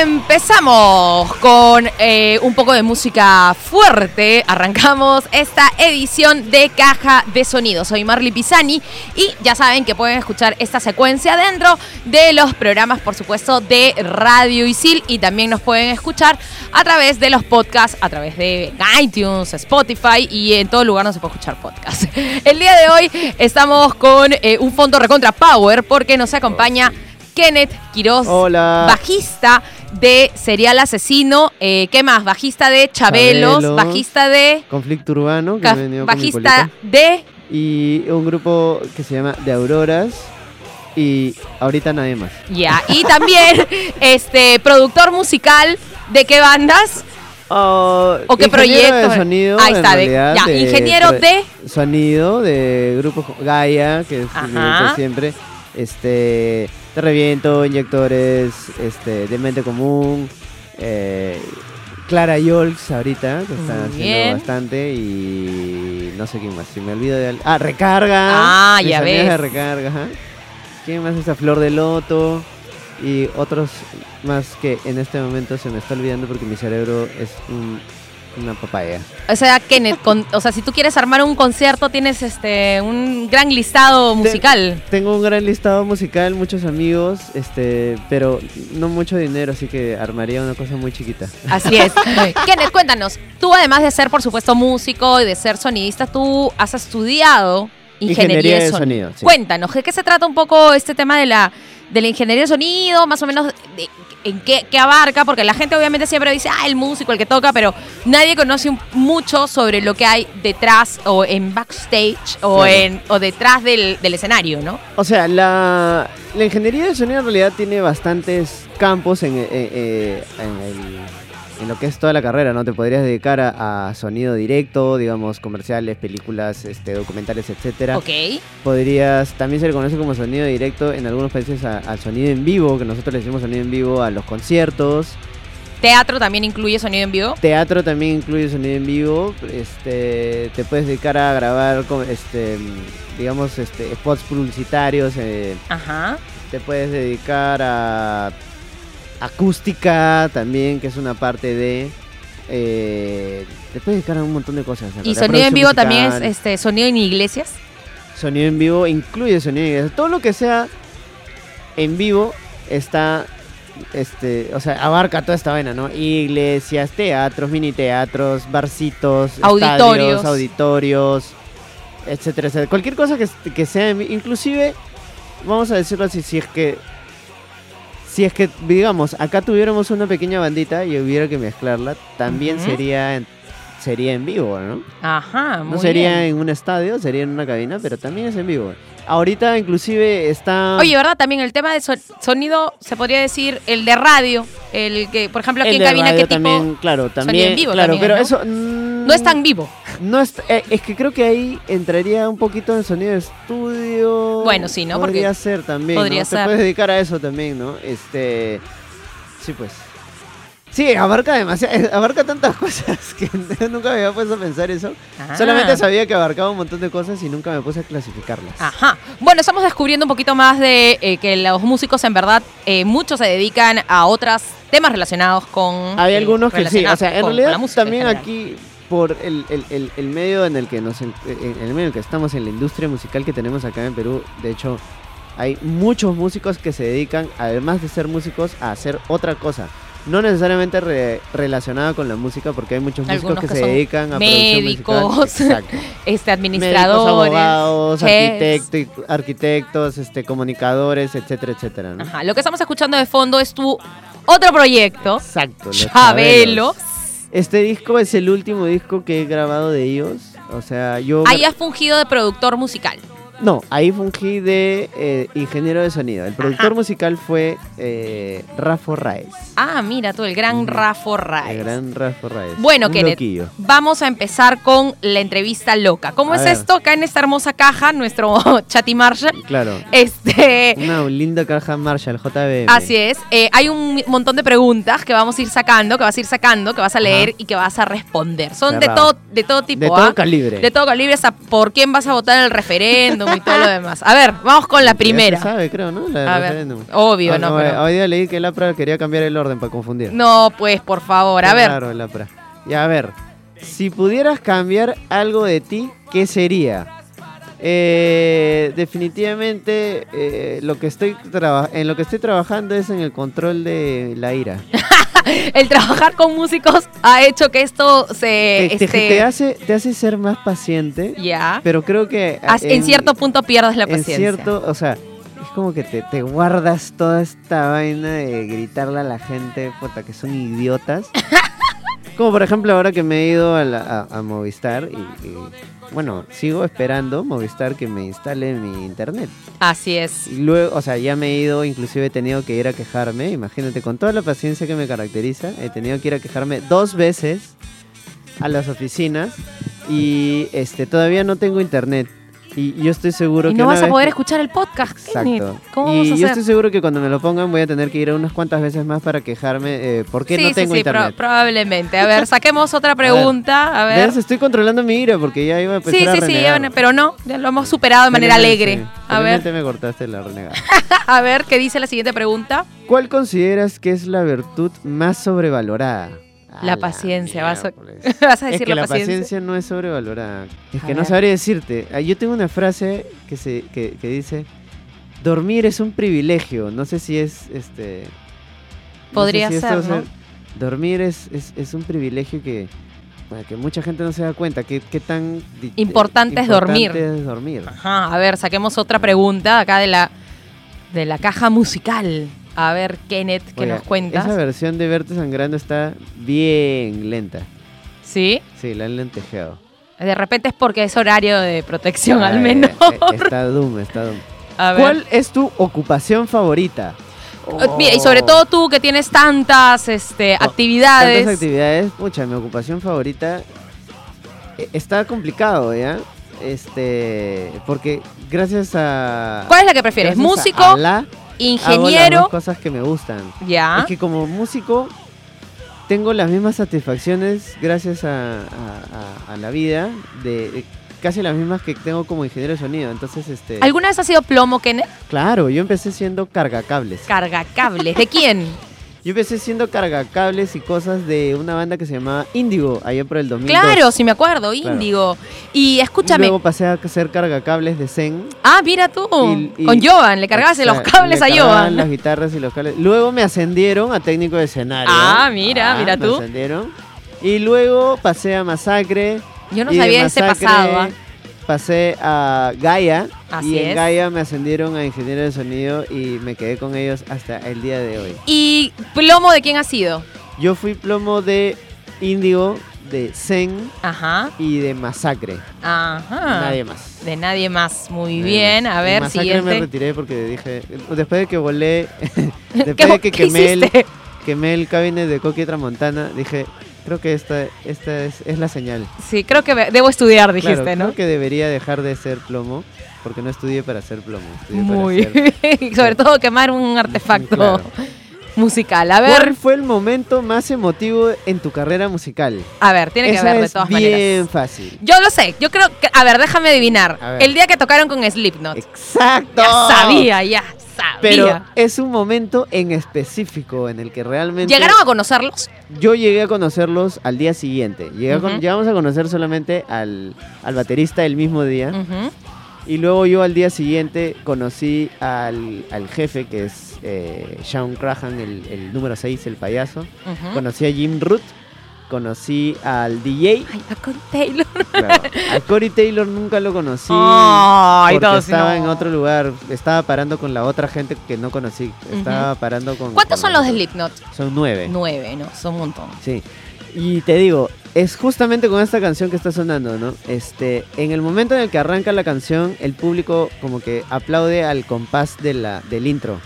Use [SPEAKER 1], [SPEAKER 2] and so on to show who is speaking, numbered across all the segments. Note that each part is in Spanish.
[SPEAKER 1] Empezamos con eh, un poco de música fuerte. Arrancamos esta edición de Caja de Sonido. Soy Marley Pisani y ya saben que pueden escuchar esta secuencia dentro de los programas, por supuesto, de Radio Isil y también nos pueden escuchar a través de los podcasts, a través de iTunes, Spotify y en todo lugar no se puede escuchar podcast. El día de hoy estamos con eh, un fondo recontra Power porque nos acompaña. Kenneth Quiroz,
[SPEAKER 2] Hola.
[SPEAKER 1] bajista de Serial Asesino, eh, ¿qué más? Bajista de Chabelos,
[SPEAKER 2] Chabelo.
[SPEAKER 1] bajista de...
[SPEAKER 2] Conflicto Urbano, que
[SPEAKER 1] ca-
[SPEAKER 2] he venido con mi
[SPEAKER 1] bajista
[SPEAKER 2] colita.
[SPEAKER 1] de...
[SPEAKER 2] Y un grupo que se llama De Auroras. Y ahorita nadie más.
[SPEAKER 1] Ya, y también este productor musical de qué bandas? ¿O Oh, qué
[SPEAKER 2] ingeniero
[SPEAKER 1] proyecto?
[SPEAKER 2] De sonido,
[SPEAKER 1] Ahí está,
[SPEAKER 2] en
[SPEAKER 1] de-
[SPEAKER 2] realidad, eh,
[SPEAKER 1] ya, ingeniero
[SPEAKER 2] pro-
[SPEAKER 1] de-
[SPEAKER 2] Sonido de grupo jo- Gaia, que es mi
[SPEAKER 1] Ajá.
[SPEAKER 2] grupo siempre. Este. Te reviento, inyectores, este, de mente común. eh, Clara Yolks ahorita, que
[SPEAKER 1] Muy
[SPEAKER 2] está haciendo
[SPEAKER 1] bien.
[SPEAKER 2] bastante y no sé quién más, si me olvido de al- Ah, Recarga.
[SPEAKER 1] Ah,
[SPEAKER 2] mis
[SPEAKER 1] ya
[SPEAKER 2] amigas de
[SPEAKER 1] ves.
[SPEAKER 2] Recarga, ajá. ¿Quién más está? Flor de Loto y otros más que en este momento se me está olvidando porque mi cerebro es un- una papaya.
[SPEAKER 1] O sea, Kenneth, con- o sea, si tú quieres armar un concierto tienes este un gran listado musical.
[SPEAKER 2] Tengo un gran listado musical, muchos amigos, este, pero no mucho dinero, así que armaría una cosa muy chiquita.
[SPEAKER 1] Así es. Kenneth, cuéntanos, tú además de ser por supuesto músico y de ser sonidista, tú has estudiado ingeniería,
[SPEAKER 2] Ingeniería
[SPEAKER 1] de
[SPEAKER 2] de
[SPEAKER 1] sonido.
[SPEAKER 2] sonido, sí.
[SPEAKER 1] Cuéntanos, ¿de qué se trata un poco este tema de la, de la ingeniería de sonido? Más o menos, de- ¿en qué, qué abarca? Porque la gente obviamente siempre dice, ah, el músico, el que toca, pero nadie conoce un- mucho sobre lo que hay detrás o en backstage o,
[SPEAKER 2] Claro.
[SPEAKER 1] en, o detrás del, del escenario, ¿no?
[SPEAKER 2] O sea, la, la ingeniería de sonido en realidad tiene bastantes campos en, eh, eh, en el- en lo que es toda la carrera, ¿no? Te podrías dedicar a, a sonido directo, digamos, comerciales, películas, este, documentales, etcétera.
[SPEAKER 1] Ok.
[SPEAKER 2] Podrías, también se le conoce como sonido directo en algunos países a- al sonido en vivo, que nosotros le decimos sonido en vivo a los conciertos.
[SPEAKER 1] Teatro también incluye sonido en vivo.
[SPEAKER 2] Teatro también incluye sonido en vivo. Este, te puedes dedicar a grabar, co- este, digamos, este, spots publicitarios. eh,
[SPEAKER 1] Ajá.
[SPEAKER 2] te puedes dedicar a acústica también, que es una parte de... eh, te puedes dedicar a un montón de cosas.
[SPEAKER 1] Y
[SPEAKER 2] la
[SPEAKER 1] sonido en
[SPEAKER 2] producción
[SPEAKER 1] vivo también es
[SPEAKER 2] musical.
[SPEAKER 1] este, sonido en iglesias.
[SPEAKER 2] Sonido en vivo incluye sonido en vivo. Todo lo que sea en vivo está. Este, o sea, abarca toda esta vaina, ¿no? Iglesias, teatros, mini teatros, barcitos,
[SPEAKER 1] Auditorios.
[SPEAKER 2] estadios, auditorios, etcétera, etcétera. Cualquier cosa que, que sea, en vi- inclusive, vamos a decirlo así, si es que, si es que, digamos, acá tuviéramos una pequeña bandita y hubiera que mezclarla, también
[SPEAKER 1] Ujú.
[SPEAKER 2] sería, en- sería en vivo, ¿no?
[SPEAKER 1] Ajá, muy
[SPEAKER 2] No sería
[SPEAKER 1] bien.
[SPEAKER 2] en un estadio, sería en una cabina, pero también es en vivo. eh. Ahorita inclusive está...
[SPEAKER 1] Oye, ¿verdad? También el tema de so- sonido, se podría decir, el de radio, el que, por ejemplo, aquí
[SPEAKER 2] el
[SPEAKER 1] en
[SPEAKER 2] de
[SPEAKER 1] cabina,
[SPEAKER 2] radio
[SPEAKER 1] ¿qué tipo?
[SPEAKER 2] también, claro, también,
[SPEAKER 1] en vivo
[SPEAKER 2] claro,
[SPEAKER 1] también,
[SPEAKER 2] pero
[SPEAKER 1] ¿no?
[SPEAKER 2] eso
[SPEAKER 1] No es
[SPEAKER 2] Mm.
[SPEAKER 1] tan vivo.
[SPEAKER 2] no es, eh, es que creo que ahí entraría un poquito en sonido de estudio.
[SPEAKER 1] Bueno, sí, ¿no? Porque
[SPEAKER 2] Podría ser también. ¿no?
[SPEAKER 1] podría ser.
[SPEAKER 2] Te puedes dedicar a eso también, ¿no? Este, sí, pues. Sí, abarca demasiado, abarca tantas cosas que nunca me había puesto a pensar eso.
[SPEAKER 1] Ah.
[SPEAKER 2] Solamente sabía que abarcaba un montón de cosas y nunca me puse a clasificarlas.
[SPEAKER 1] Ajá. Bueno, estamos descubriendo un poquito más de eh, que los músicos en verdad, eh, muchos se dedican a otros temas relacionados con...
[SPEAKER 2] Hay
[SPEAKER 1] eh,
[SPEAKER 2] algunos que sí, o
[SPEAKER 1] relacionados
[SPEAKER 2] sea, en
[SPEAKER 1] con- con
[SPEAKER 2] realidad
[SPEAKER 1] la música en
[SPEAKER 2] también
[SPEAKER 1] general.
[SPEAKER 2] aquí por el, el- el- el medio en el que nos en, en- en el medio en el que estamos en la industria musical que tenemos acá en Perú, de hecho hay muchos músicos que se dedican además de ser músicos a hacer otra cosa, no necesariamente re- relacionada con la música porque hay muchos músicos
[SPEAKER 1] Algunos
[SPEAKER 2] que,
[SPEAKER 1] que
[SPEAKER 2] se
[SPEAKER 1] son
[SPEAKER 2] dedican a
[SPEAKER 1] médicos,
[SPEAKER 2] producción musical. Exacto.
[SPEAKER 1] Este,
[SPEAKER 2] Médicos,
[SPEAKER 1] administradores...
[SPEAKER 2] abogados,
[SPEAKER 1] chefs.
[SPEAKER 2] arquitectos, arquitectos, este comunicadores, etcétera, etcétera, ¿no?
[SPEAKER 1] Ajá. Lo que estamos escuchando de fondo es tu otro proyecto,
[SPEAKER 2] Exacto. los
[SPEAKER 1] Chabelo.
[SPEAKER 2] Este disco es el último disco que he grabado de ellos. O sea, yo.
[SPEAKER 1] Ahí has fungido de productor musical.
[SPEAKER 2] No, ahí fungí de eh, ingeniero de sonido. El productor
[SPEAKER 1] Ajá.
[SPEAKER 2] musical fue eh, Rafa Raes.
[SPEAKER 1] Ah, mira tú, el gran
[SPEAKER 2] Ujú.
[SPEAKER 1] Rafa Raez.
[SPEAKER 2] Mm. El gran Rafa Raes.
[SPEAKER 1] Bueno,
[SPEAKER 2] Un
[SPEAKER 1] Kenneth,
[SPEAKER 2] loquillo.
[SPEAKER 1] vamos a empezar con la entrevista loca. ¿Cómo
[SPEAKER 2] A
[SPEAKER 1] es
[SPEAKER 2] ver.
[SPEAKER 1] esto? Acá en esta hermosa caja, nuestro Chatty Marshall.
[SPEAKER 2] Claro.
[SPEAKER 1] Este,
[SPEAKER 2] Una linda caja Marshall, JBM.
[SPEAKER 1] así es. Eh, hay un montón de preguntas que vamos a ir sacando, que vas a ir sacando, que vas a leer y que vas a responder. Son de
[SPEAKER 2] Cerrado.
[SPEAKER 1] todo, de todo tipo.
[SPEAKER 2] De
[SPEAKER 1] ¿ah?
[SPEAKER 2] todo calibre.
[SPEAKER 1] De todo calibre, hasta por quién vas a votar en el referéndum, referéndum y todo lo demás. A ver, vamos con la primera.
[SPEAKER 2] Ya se sabe, creo, ¿no? La del
[SPEAKER 1] A ver,
[SPEAKER 2] referéndum.
[SPEAKER 1] obvio, no,
[SPEAKER 2] eh,
[SPEAKER 1] pero-
[SPEAKER 2] Hoy día leí que el APRA quería cambiar el orden para confundir.
[SPEAKER 1] No, pues, por favor, a
[SPEAKER 2] Qué
[SPEAKER 1] ver.
[SPEAKER 2] raro el APRA. Ya, a ver. Si pudieras cambiar algo de ti, ¿qué sería? Eh, definitivamente eh, lo que estoy traba- en lo que estoy trabajando es en el control de la ira.
[SPEAKER 1] El trabajar con músicos ha hecho que esto se...
[SPEAKER 2] Te- te,
[SPEAKER 1] este,
[SPEAKER 2] te hace, te hace ser más paciente,
[SPEAKER 1] ya.
[SPEAKER 2] pero creo que...
[SPEAKER 1] As- En, cierto punto pierdes la
[SPEAKER 2] en
[SPEAKER 1] paciencia.
[SPEAKER 2] cierto, o sea, es como que te, te guardas toda esta vaina de gritarle a la gente, puta, que son idiotas. como por ejemplo ahora que me he ido a, la- a- a Movistar y, y, bueno, sigo esperando Movistar que me instale mi internet.
[SPEAKER 1] Así es.
[SPEAKER 2] Y luego, o sea, ya me he ido, inclusive he tenido que ir a quejarme, imagínate, con toda la paciencia que me caracteriza, he tenido que ir a quejarme dos veces a las oficinas y este todavía no tengo internet. Y yo estoy seguro
[SPEAKER 1] Y
[SPEAKER 2] que
[SPEAKER 1] no
[SPEAKER 2] una
[SPEAKER 1] vas a
[SPEAKER 2] vez
[SPEAKER 1] poder
[SPEAKER 2] que-
[SPEAKER 1] escuchar el podcast. Kenneth.
[SPEAKER 2] Exacto.
[SPEAKER 1] ¿Cómo
[SPEAKER 2] y
[SPEAKER 1] vamos a
[SPEAKER 2] yo
[SPEAKER 1] hacer?
[SPEAKER 2] estoy seguro que cuando me lo pongan voy a tener que ir unas cuantas veces más para quejarme eh, por qué
[SPEAKER 1] sí,
[SPEAKER 2] no
[SPEAKER 1] sí,
[SPEAKER 2] tengo
[SPEAKER 1] sí, pro-
[SPEAKER 2] internet.
[SPEAKER 1] probablemente. A ver, saquemos otra
[SPEAKER 2] ver.
[SPEAKER 1] pregunta. A
[SPEAKER 2] Ya
[SPEAKER 1] ver.
[SPEAKER 2] les estoy controlando mi ira porque ya iba a empezar
[SPEAKER 1] Sí,
[SPEAKER 2] a
[SPEAKER 1] sí, sí,
[SPEAKER 2] renegar.
[SPEAKER 1] Evan, pero no, ya lo hemos superado de manera
[SPEAKER 2] Felizmente,
[SPEAKER 1] alegre.
[SPEAKER 2] sí.
[SPEAKER 1] A ver,
[SPEAKER 2] Felizmente me cortaste la renegada.
[SPEAKER 1] a ver, ¿qué dice la siguiente pregunta?
[SPEAKER 2] ¿Cuál consideras que es la virtud más sobrevalorada? A
[SPEAKER 1] La paciencia, vas a-
[SPEAKER 2] miércoles.
[SPEAKER 1] Vas a
[SPEAKER 2] Es
[SPEAKER 1] decir
[SPEAKER 2] que
[SPEAKER 1] la, paciencia.
[SPEAKER 2] no es sobrevalorada. Es
[SPEAKER 1] A
[SPEAKER 2] que no
[SPEAKER 1] ver.
[SPEAKER 2] sabría decirte. Ah, Yo tengo una frase que, se, que, que dice, dormir es un privilegio. No sé si es... este no sé
[SPEAKER 1] Podría
[SPEAKER 2] esto
[SPEAKER 1] ser,
[SPEAKER 2] va a
[SPEAKER 1] ¿no?
[SPEAKER 2] Dormir es, es, es un privilegio que, bueno, que mucha gente no se da cuenta. ¿Qué, qué tan di- eh,
[SPEAKER 1] Importante es
[SPEAKER 2] importante
[SPEAKER 1] dormir. Ah,
[SPEAKER 2] es dormir.
[SPEAKER 1] Ajá, a ver, saquemos otra pregunta acá de la de la caja musical. A ver, Kenneth, ¿qué
[SPEAKER 2] Oiga,
[SPEAKER 1] nos cuentas?
[SPEAKER 2] Esa versión de Verte Sangrando está bien lenta.
[SPEAKER 1] Sí,
[SPEAKER 2] Sí, la han lentejeado.
[SPEAKER 1] de repente es porque es horario de protección al
[SPEAKER 2] Ay,
[SPEAKER 1] menos.
[SPEAKER 2] eh, eh, Está doom, está doom.
[SPEAKER 1] A ver.
[SPEAKER 2] ¿Cuál es tu ocupación favorita?
[SPEAKER 1] Eh, mira, y
[SPEAKER 2] Oh.
[SPEAKER 1] sobre todo tú que tienes tantas este, actividades.
[SPEAKER 2] Tantas actividades. Pucha, mi ocupación favorita eh, está complicado, ¿ya? Este, porque gracias a...
[SPEAKER 1] ¿Cuál es la que prefieres?
[SPEAKER 2] gracias a
[SPEAKER 1] ¿Músico?
[SPEAKER 2] Alá, Hago las dos
[SPEAKER 1] ¿Ingeniero? Ah.
[SPEAKER 2] cosas que me gustan.
[SPEAKER 1] Ya.
[SPEAKER 2] Es que como músico tengo las mismas satisfacciones gracias a, a- a- a la vida de... de casi las mismas que tengo como ingeniero de sonido. Entonces, este...
[SPEAKER 1] ¿Alguna vez has sido plomo, Kenneth?
[SPEAKER 2] Claro, yo empecé siendo cargacables.
[SPEAKER 1] Cargacables. ¿De quién?
[SPEAKER 2] Yo empecé siendo cargacables y cosas de una banda que se llamaba Índigo, allá por el 2002.
[SPEAKER 1] claro, si me acuerdo,
[SPEAKER 2] Claro.
[SPEAKER 1] Índigo. Y escúchame.
[SPEAKER 2] Luego pasé a ser cargacables de Zen.
[SPEAKER 1] ah, mira tú.
[SPEAKER 2] Y- y-
[SPEAKER 1] con Jovan, le cargabas los
[SPEAKER 2] Exacto,
[SPEAKER 1] cables
[SPEAKER 2] le
[SPEAKER 1] a
[SPEAKER 2] cargaban
[SPEAKER 1] Jovan.
[SPEAKER 2] las guitarras y los cables. Luego me ascendieron a técnico de escenario.
[SPEAKER 1] Ah, mira, mira
[SPEAKER 2] me
[SPEAKER 1] tú.
[SPEAKER 2] ascendieron. Y luego pasé a Masacre.
[SPEAKER 1] Yo no
[SPEAKER 2] y de
[SPEAKER 1] sabía ese
[SPEAKER 2] Masacre
[SPEAKER 1] pasado. ¿ah?
[SPEAKER 2] Pasé a Gaia.
[SPEAKER 1] Así
[SPEAKER 2] y en
[SPEAKER 1] es.
[SPEAKER 2] Gaia me ascendieron a ingeniero de sonido y me quedé con ellos hasta el día de hoy.
[SPEAKER 1] ¿Y plomo de quién ha sido?
[SPEAKER 2] Yo fui plomo de Índigo, de Zen
[SPEAKER 1] Ajá,
[SPEAKER 2] y de Masacre.
[SPEAKER 1] ajá.
[SPEAKER 2] Nadie más.
[SPEAKER 1] De nadie más. Ah. Muy
[SPEAKER 2] Nadie
[SPEAKER 1] bien.
[SPEAKER 2] más.
[SPEAKER 1] A
[SPEAKER 2] Y
[SPEAKER 1] ver,
[SPEAKER 2] Masacre me
[SPEAKER 1] siguiente.
[SPEAKER 2] retiré porque dije. Después de que volé. después
[SPEAKER 1] ¿Qué,
[SPEAKER 2] de que
[SPEAKER 1] qué
[SPEAKER 2] quemé el,
[SPEAKER 1] hiciste?
[SPEAKER 2] quemé el cabinet de Coqui Tramontana, dije. Creo que esta, esta es, es la señal.
[SPEAKER 1] Sí, creo que me- debo estudiar, dijiste,
[SPEAKER 2] Claro,
[SPEAKER 1] ¿no?
[SPEAKER 2] Creo que debería dejar de ser plomo, porque no estudié para ser plomo. estudié para
[SPEAKER 1] Muy
[SPEAKER 2] ser-
[SPEAKER 1] bien. Sobre todo quemar un artefacto
[SPEAKER 2] Claro.
[SPEAKER 1] musical. A ver,
[SPEAKER 2] ¿Cuál fue el momento más emotivo en tu carrera musical?
[SPEAKER 1] a ver, tiene que
[SPEAKER 2] Esa
[SPEAKER 1] haber de
[SPEAKER 2] es
[SPEAKER 1] todas
[SPEAKER 2] bien
[SPEAKER 1] maneras.
[SPEAKER 2] fácil.
[SPEAKER 1] Yo lo sé, yo creo que. A ver, déjame adivinar.
[SPEAKER 2] A ver.
[SPEAKER 1] El día que tocaron con Slipknot.
[SPEAKER 2] Exacto.
[SPEAKER 1] Ya sabía, ya sabía.
[SPEAKER 2] Pero es un momento en específico en el que realmente
[SPEAKER 1] ¿Llegaron a conocerlos?
[SPEAKER 2] yo llegué a conocerlos al día siguiente. Llegué a con-
[SPEAKER 1] Ujú.
[SPEAKER 2] Llegamos a conocer solamente al, al baterista el mismo día.
[SPEAKER 1] Ujú.
[SPEAKER 2] Y luego yo al día siguiente conocí al, al jefe, que es eh, Sean Crahan, el, el número 6, el payaso.
[SPEAKER 1] Ujú.
[SPEAKER 2] Conocí a Jim Root. Conocí al DJ.
[SPEAKER 1] Ay, va con Taylor.
[SPEAKER 2] Claro. A Corey Taylor nunca lo conocí.
[SPEAKER 1] Ay,
[SPEAKER 2] porque
[SPEAKER 1] no, si
[SPEAKER 2] estaba
[SPEAKER 1] no.
[SPEAKER 2] en otro lugar. Estaba parando con la otra gente que no conocí. Estaba parando con.
[SPEAKER 1] ¿Cuántos son
[SPEAKER 2] con
[SPEAKER 1] los de
[SPEAKER 2] otros.
[SPEAKER 1] Slipknot?
[SPEAKER 2] Son nueve.
[SPEAKER 1] Nueve, ¿no? Son un montón.
[SPEAKER 2] Sí. Y te digo, es justamente con esta canción que está sonando, ¿no? Este, en el momento en el que arranca la canción, el público como que aplaude al compás de la, del intro.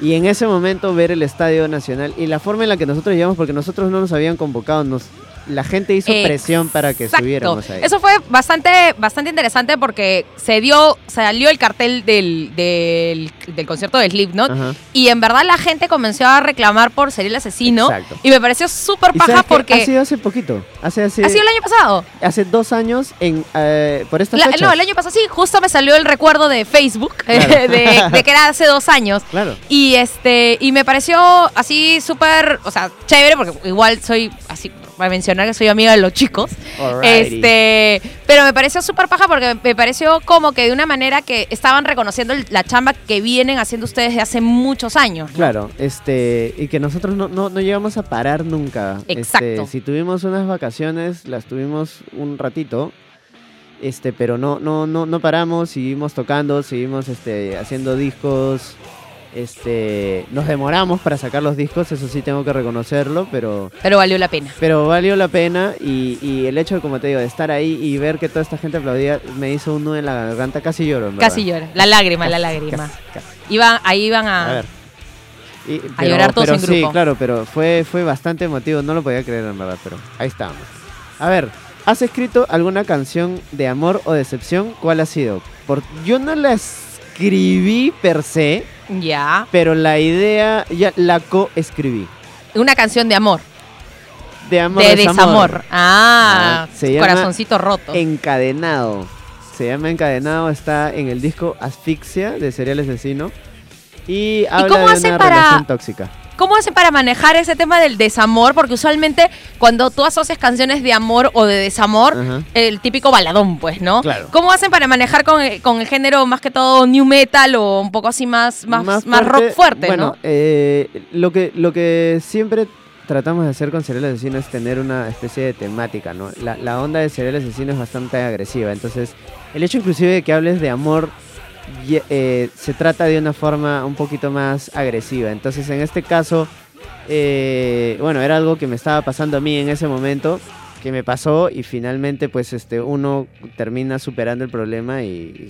[SPEAKER 2] Y en ese momento ver el Estadio Nacional y la forma en la que nosotros llegamos, porque nosotros no nos habían convocado, nos la gente hizo presión para que
[SPEAKER 1] Exacto.
[SPEAKER 2] subiéramos ahí.
[SPEAKER 1] Eso fue bastante, bastante interesante porque se dio, salió el cartel del, del, del concierto de Slipknot
[SPEAKER 2] Ajá.
[SPEAKER 1] y en verdad la gente comenzó a reclamar por ser el asesino
[SPEAKER 2] Exacto.
[SPEAKER 1] y me pareció súper
[SPEAKER 2] ¿Y
[SPEAKER 1] paja
[SPEAKER 2] sabes qué?
[SPEAKER 1] porque
[SPEAKER 2] Ha sido hace poquito. Hace, hace,
[SPEAKER 1] ha sido el año pasado.
[SPEAKER 2] hace dos años, en, eh, por estas
[SPEAKER 1] La-
[SPEAKER 2] fechas.
[SPEAKER 1] no, el año pasado sí, justo me salió el recuerdo de Facebook
[SPEAKER 2] Claro.
[SPEAKER 1] de, de que era hace dos años.
[SPEAKER 2] Claro.
[SPEAKER 1] Y este, y me pareció así súper, o sea, chévere, porque igual soy así, para mencionar que soy amiga de los chicos.
[SPEAKER 2] Alrighty.
[SPEAKER 1] Este, pero me pareció súper paja porque me pareció como que de una manera que estaban reconociendo el- la chamba que vienen haciendo ustedes de hace muchos años. ¿no?
[SPEAKER 2] Claro, este, y que nosotros no, no, no llegamos a parar nunca. Este,
[SPEAKER 1] Exacto.
[SPEAKER 2] si tuvimos unas vacaciones, las tuvimos un ratito, este, pero no, no, no, no paramos, seguimos tocando, seguimos este, haciendo discos. Este, nos demoramos para sacar los discos, eso sí tengo que reconocerlo, pero,
[SPEAKER 1] Pero valió la pena.
[SPEAKER 2] pero valió la pena y, y el hecho, de, como te digo, de estar ahí y ver que toda esta gente aplaudía me hizo un nudo en la garganta, casi lloro. en
[SPEAKER 1] Casi
[SPEAKER 2] verdad.
[SPEAKER 1] llora. La lágrima, la
[SPEAKER 2] Casi,
[SPEAKER 1] lágrima.
[SPEAKER 2] casi, casi.
[SPEAKER 1] Iban, ahí iban a.
[SPEAKER 2] A ver. Y-
[SPEAKER 1] Ah. llorar todos
[SPEAKER 2] pero
[SPEAKER 1] en
[SPEAKER 2] Sí,
[SPEAKER 1] grupo.
[SPEAKER 2] claro, pero fue, fue bastante emotivo, no lo podía creer en verdad, pero ahí estábamos. A ver, ¿has escrito alguna canción de amor o decepción? ¿Cuál ha sido? Por, yo no la escribí per se,
[SPEAKER 1] Ya.
[SPEAKER 2] pero la idea ya la coescribí.
[SPEAKER 1] Una canción de amor.
[SPEAKER 2] De amor.
[SPEAKER 1] de
[SPEAKER 2] desamor.
[SPEAKER 1] desamor. Ah,
[SPEAKER 2] Ah, se llama
[SPEAKER 1] corazoncito roto.
[SPEAKER 2] Encadenado. Se llama Encadenado, está en el disco Asfixia de Cereales de Sino. Y habla
[SPEAKER 1] cómo
[SPEAKER 2] de
[SPEAKER 1] hacen
[SPEAKER 2] una
[SPEAKER 1] para-
[SPEAKER 2] relación tóxica.
[SPEAKER 1] ¿Cómo hacen para manejar ese tema del desamor? Porque usualmente cuando tú asocias canciones de amor o de desamor,
[SPEAKER 2] Ajá.
[SPEAKER 1] el típico baladón, pues, ¿no?
[SPEAKER 2] Claro.
[SPEAKER 1] ¿Cómo hacen para manejar con, eh, con el género más que todo new metal o un poco así más, más, más rock fuerte,
[SPEAKER 2] bueno,
[SPEAKER 1] ¿no?
[SPEAKER 2] eh, lo, que, lo que siempre tratamos de hacer con Cereal Asesino es tener una especie de temática, ¿no? La, la onda de Cereal Asesino es bastante agresiva, entonces el hecho inclusive de que hables de amor ye- eh, se trata de una forma un poquito más agresiva, entonces en este caso, eh, bueno, era algo que me estaba pasando a mí en ese momento que me pasó y finalmente pues este uno termina superando el problema y,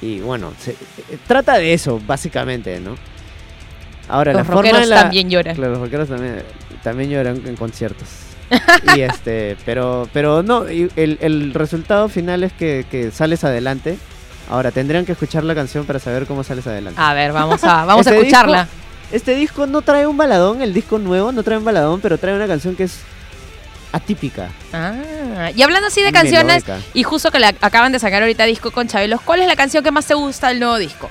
[SPEAKER 2] y bueno, se- eh, trata de eso básicamente, ¿no? Ahora,
[SPEAKER 1] Los
[SPEAKER 2] la forma de
[SPEAKER 1] rockeros
[SPEAKER 2] la-
[SPEAKER 1] también lloran.
[SPEAKER 2] Claro, los rockeros también, también lloran en conciertos. y este, pero, pero no, y el, el resultado final es que, que sales adelante. Ahora, tendrían que escuchar la canción para saber cómo sales adelante.
[SPEAKER 1] A ver, vamos a, vamos a
[SPEAKER 2] Este disco-
[SPEAKER 1] escucharla.
[SPEAKER 2] Este disco no trae un baladón, el disco nuevo no trae un baladón, pero trae una canción que es atípica.
[SPEAKER 1] Ah, y hablando así de canciones,
[SPEAKER 2] melódica.
[SPEAKER 1] y justo que la acaban de sacar ahorita disco con Chabelos, ¿cuál es la canción que más te gusta del nuevo disco?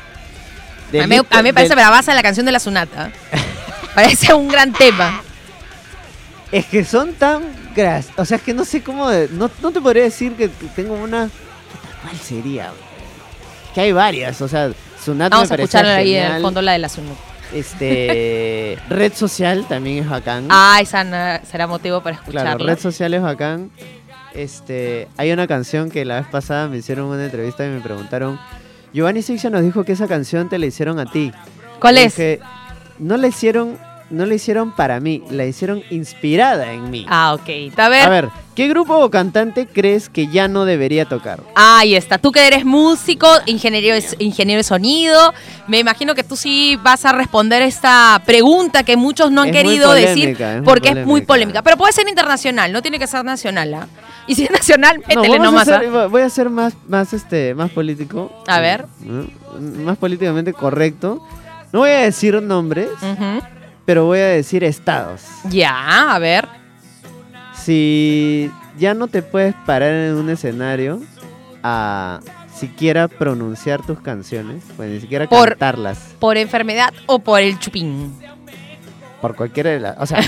[SPEAKER 2] Del
[SPEAKER 1] a, mí,
[SPEAKER 2] disco-
[SPEAKER 1] a mí me parece
[SPEAKER 2] del-
[SPEAKER 1] bravaza la canción de la Sunata. parece un gran tema.
[SPEAKER 2] Es que son tan gras... O sea, es que no sé cómo... de- No, no te podría decir que que tengo una... Puta, ¿Cuál sería? Que hay varias. O sea, Sunat
[SPEAKER 1] Vamos a
[SPEAKER 2] me parecía
[SPEAKER 1] escucharla ahí en
[SPEAKER 2] genial.
[SPEAKER 1] el fondo, la de la Sunata.
[SPEAKER 2] Este... Red Social también es bacán.
[SPEAKER 1] Ah, esa na- será motivo para escucharla.
[SPEAKER 2] claro, Red Social es bacán. Este... Hay una canción que la vez pasada me hicieron una entrevista y me preguntaron... Giovanni Sixia nos dijo que esa canción te la hicieron a ti.
[SPEAKER 1] ¿Cuál
[SPEAKER 2] Y
[SPEAKER 1] es?
[SPEAKER 2] dije, no la hicieron... No la hicieron para mí, la hicieron inspirada en mí.
[SPEAKER 1] Ah, ok. A ver.
[SPEAKER 2] A ver, ¿qué grupo o cantante crees que ya no debería tocar?
[SPEAKER 1] Ahí está. Tú que eres músico, ingeniero de, ingeniero de sonido, me imagino que tú sí vas a responder esta pregunta que muchos no han
[SPEAKER 2] Es muy
[SPEAKER 1] querido decir
[SPEAKER 2] polémica, es muy
[SPEAKER 1] porque es muy
[SPEAKER 2] polémica.
[SPEAKER 1] polémica. Pero puede ser internacional, no tiene que ser nacional. ¿ah? Y si es nacional, métele
[SPEAKER 2] vamos a
[SPEAKER 1] nomás. ¿ah?
[SPEAKER 2] ser- voy a ser más, más, este, más político.
[SPEAKER 1] A ver.
[SPEAKER 2] Mm, Más políticamente correcto. No voy a decir nombres,
[SPEAKER 1] Ujú.
[SPEAKER 2] pero voy a decir estados.
[SPEAKER 1] Ya, a ver.
[SPEAKER 2] Si ya no te puedes parar en un escenario a siquiera pronunciar tus canciones, pues ni siquiera
[SPEAKER 1] Por-
[SPEAKER 2] cantarlas,
[SPEAKER 1] ¿Por enfermedad o por el chupín?
[SPEAKER 2] por cualquiera de las... O sea,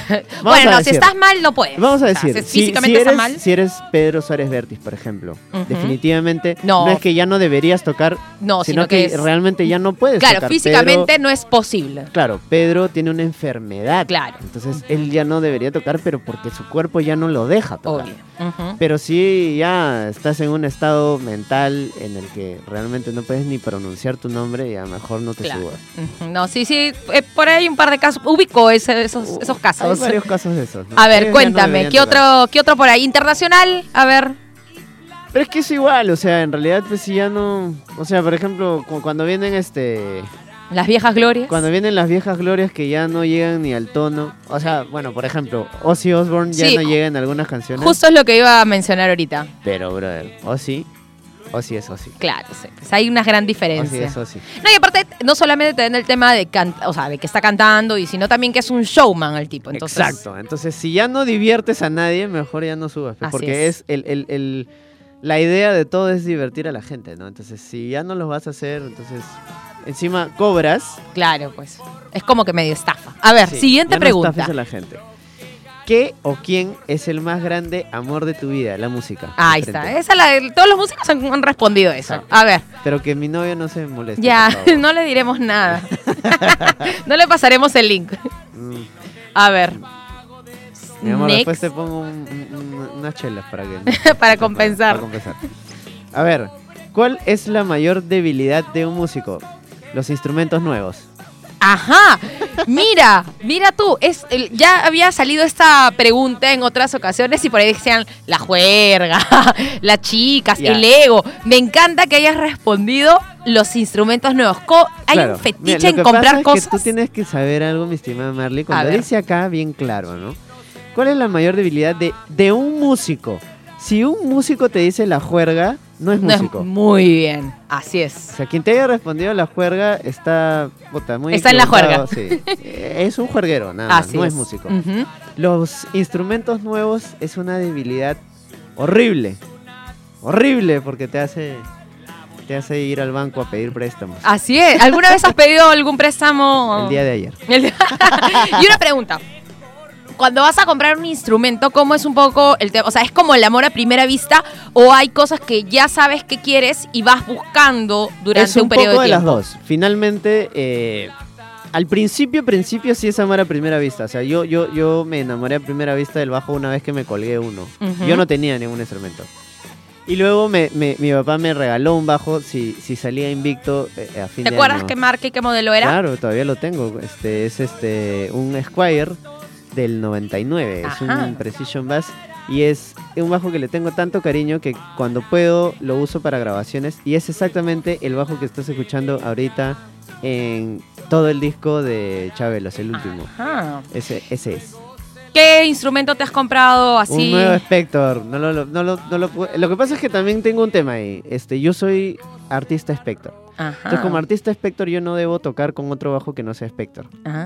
[SPEAKER 2] vamos
[SPEAKER 1] bueno,
[SPEAKER 2] a
[SPEAKER 1] no, si
[SPEAKER 2] decir-
[SPEAKER 1] estás mal, no puedes.
[SPEAKER 2] Vamos a
[SPEAKER 1] O sea,
[SPEAKER 2] decir,
[SPEAKER 1] si
[SPEAKER 2] si,
[SPEAKER 1] físicamente
[SPEAKER 2] si
[SPEAKER 1] estás
[SPEAKER 2] eres,
[SPEAKER 1] mal,
[SPEAKER 2] si eres Pedro Suárez Vértiz, por ejemplo,
[SPEAKER 1] Ujú.
[SPEAKER 2] definitivamente
[SPEAKER 1] No.
[SPEAKER 2] no. es que ya no deberías tocar,
[SPEAKER 1] no,
[SPEAKER 2] sino,
[SPEAKER 1] sino,
[SPEAKER 2] que,
[SPEAKER 1] es-
[SPEAKER 2] realmente ya no puedes
[SPEAKER 1] Claro,
[SPEAKER 2] tocar.
[SPEAKER 1] físicamente
[SPEAKER 2] Pedro-
[SPEAKER 1] no es posible.
[SPEAKER 2] claro, Pedro tiene una enfermedad.
[SPEAKER 1] Claro.
[SPEAKER 2] Entonces él ya no debería tocar, pero porque su cuerpo ya no lo deja tocar.
[SPEAKER 1] Obvio. Ujú.
[SPEAKER 2] Pero si ya estás en un estado mental en el que realmente no puedes ni pronunciar tu nombre, ya mejor no te
[SPEAKER 1] Claro.
[SPEAKER 2] subas.
[SPEAKER 1] Ujú. No, sí, sí, eh, por ahí hay un par de casos, ubico ese- esos, esos
[SPEAKER 2] Uh, Hay
[SPEAKER 1] casos.
[SPEAKER 2] varios casos de esos. ¿no?
[SPEAKER 1] A ver,
[SPEAKER 2] Ellos ya no
[SPEAKER 1] cuéntame,
[SPEAKER 2] deberían
[SPEAKER 1] ¿qué
[SPEAKER 2] tocar.
[SPEAKER 1] otro, ¿qué otro por ahí? ¿Internacional? A ver.
[SPEAKER 2] Pero es que es igual, o sea, en realidad pues si ya no... O sea, por ejemplo, cu- cuando vienen este...
[SPEAKER 1] Las viejas glorias.
[SPEAKER 2] Cuando vienen las viejas glorias que ya no llegan ni al tono. O sea, bueno, por ejemplo, Ozzy Osbourne ya
[SPEAKER 1] Sí.
[SPEAKER 2] no llega en algunas canciones.
[SPEAKER 1] Justo es lo que iba a mencionar ahorita.
[SPEAKER 2] Pero, brother, Ozzy, Ozzy es Ozzy.
[SPEAKER 1] Claro, sí. Pues hay una gran
[SPEAKER 2] Ozzy
[SPEAKER 1] diferencia.
[SPEAKER 2] es Ozzy.
[SPEAKER 1] No, y aparte, no solamente te den el tema de, can- o sea, de que está cantando, y sino también que es un showman el tipo. Entonces,
[SPEAKER 2] Exacto. Entonces, si ya no diviertes a nadie, mejor ya no subas. pues,
[SPEAKER 1] Así
[SPEAKER 2] porque
[SPEAKER 1] es.
[SPEAKER 2] es, el, el- el- la idea de todo es divertir a la gente, ¿no? Entonces, si ya no los vas a hacer, entonces encima cobras.
[SPEAKER 1] Claro, pues. Es como que medio estafa. A ver,
[SPEAKER 2] Sí,
[SPEAKER 1] siguiente
[SPEAKER 2] ya no
[SPEAKER 1] pregunta.
[SPEAKER 2] estafes a la gente. ¿Qué o quién es el más grande amor de tu vida? La música.
[SPEAKER 1] Ahí
[SPEAKER 2] Diferente.
[SPEAKER 1] está. Esa la, todos los músicos han, han respondido eso.
[SPEAKER 2] Exacto.
[SPEAKER 1] A ver,
[SPEAKER 2] Pero que mi novio no se moleste.
[SPEAKER 1] ya,
[SPEAKER 2] por favor.
[SPEAKER 1] no le diremos nada. no le pasaremos el link.
[SPEAKER 2] Mm,
[SPEAKER 1] A ver.
[SPEAKER 2] Mi amor,
[SPEAKER 1] Next.
[SPEAKER 2] después te pongo un- un- un- unas chelas para que.
[SPEAKER 1] Para compensar.
[SPEAKER 2] Para compensar. A ver, ¿cuál es la mayor debilidad de un músico? Los instrumentos nuevos.
[SPEAKER 1] Ajá, mira, mira tú, es el- ya había salido esta pregunta en otras ocasiones y por ahí decían la juerga, las chicas,
[SPEAKER 2] Ya.
[SPEAKER 1] el ego. Me encanta que hayas respondido los instrumentos nuevos. Co- Hay
[SPEAKER 2] Claro.
[SPEAKER 1] un
[SPEAKER 2] Mira,
[SPEAKER 1] fetiche
[SPEAKER 2] lo
[SPEAKER 1] en
[SPEAKER 2] que
[SPEAKER 1] comprar
[SPEAKER 2] pasa es
[SPEAKER 1] cosas.
[SPEAKER 2] Que tú tienes que saber algo, mi estimada Marley, cuando
[SPEAKER 1] ver.
[SPEAKER 2] dice acá bien claro, ¿no? ¿Cuál es la mayor debilidad de, de un músico? Si un músico te dice la juerga, no es
[SPEAKER 1] No es-
[SPEAKER 2] músico.
[SPEAKER 1] muy bien, así
[SPEAKER 2] O
[SPEAKER 1] es.
[SPEAKER 2] sea, quien te haya respondido la juerga está, puta, muy
[SPEAKER 1] Está en la
[SPEAKER 2] equivocado, sí. Eh, Es un juerguero, nada más,
[SPEAKER 1] así
[SPEAKER 2] no
[SPEAKER 1] es.
[SPEAKER 2] es, músico.
[SPEAKER 1] Ujú.
[SPEAKER 2] Los instrumentos nuevos es una debilidad horrible. Horrible porque te hace te hace ir al banco a pedir préstamos.
[SPEAKER 1] Así es. ¿Alguna vez has pedido algún préstamo?
[SPEAKER 2] El día de ayer.
[SPEAKER 1] El de- y una pregunta. Cuando vas a comprar un instrumento, ¿cómo es un poco el tema? O sea, ¿es como el amor a primera vista o hay cosas que ya sabes que quieres y vas buscando durante
[SPEAKER 2] es un,
[SPEAKER 1] periodo
[SPEAKER 2] poco
[SPEAKER 1] de
[SPEAKER 2] de, las
[SPEAKER 1] tiempo?
[SPEAKER 2] dos. Finalmente, eh, al principio, principio sí es amar a primera vista. O sea, yo, yo, yo me enamoré a primera vista del bajo una vez que me colgué uno.
[SPEAKER 1] Ujú.
[SPEAKER 2] Yo no tenía ningún instrumento. Y luego me, me- mi papá me regaló un bajo si, si salía invicto eh, a fin
[SPEAKER 1] ¿Te
[SPEAKER 2] de
[SPEAKER 1] acuerdas
[SPEAKER 2] año.
[SPEAKER 1] qué marca y qué modelo era?
[SPEAKER 2] Claro, todavía lo tengo. Este es este un Squire del 99, es
[SPEAKER 1] Ajá.
[SPEAKER 2] un Precision Bass y es un bajo que le tengo tanto cariño que cuando puedo lo uso para grabaciones y es exactamente el bajo que estás escuchando ahorita en todo el disco de Chabelos, el último.
[SPEAKER 1] Ajá.
[SPEAKER 2] Ese, ese es.
[SPEAKER 1] ¿Qué instrumento te has comprado
[SPEAKER 2] Un
[SPEAKER 1] así?
[SPEAKER 2] nuevo Spector. No lo, lo- no lo, no lo, pu- lo que pasa es que también tengo un tema ahí. Este, yo soy artista Spector.
[SPEAKER 1] Ajá.
[SPEAKER 2] Entonces, como artista Spector, yo no debo tocar con otro bajo que no sea Spector.
[SPEAKER 1] Ah,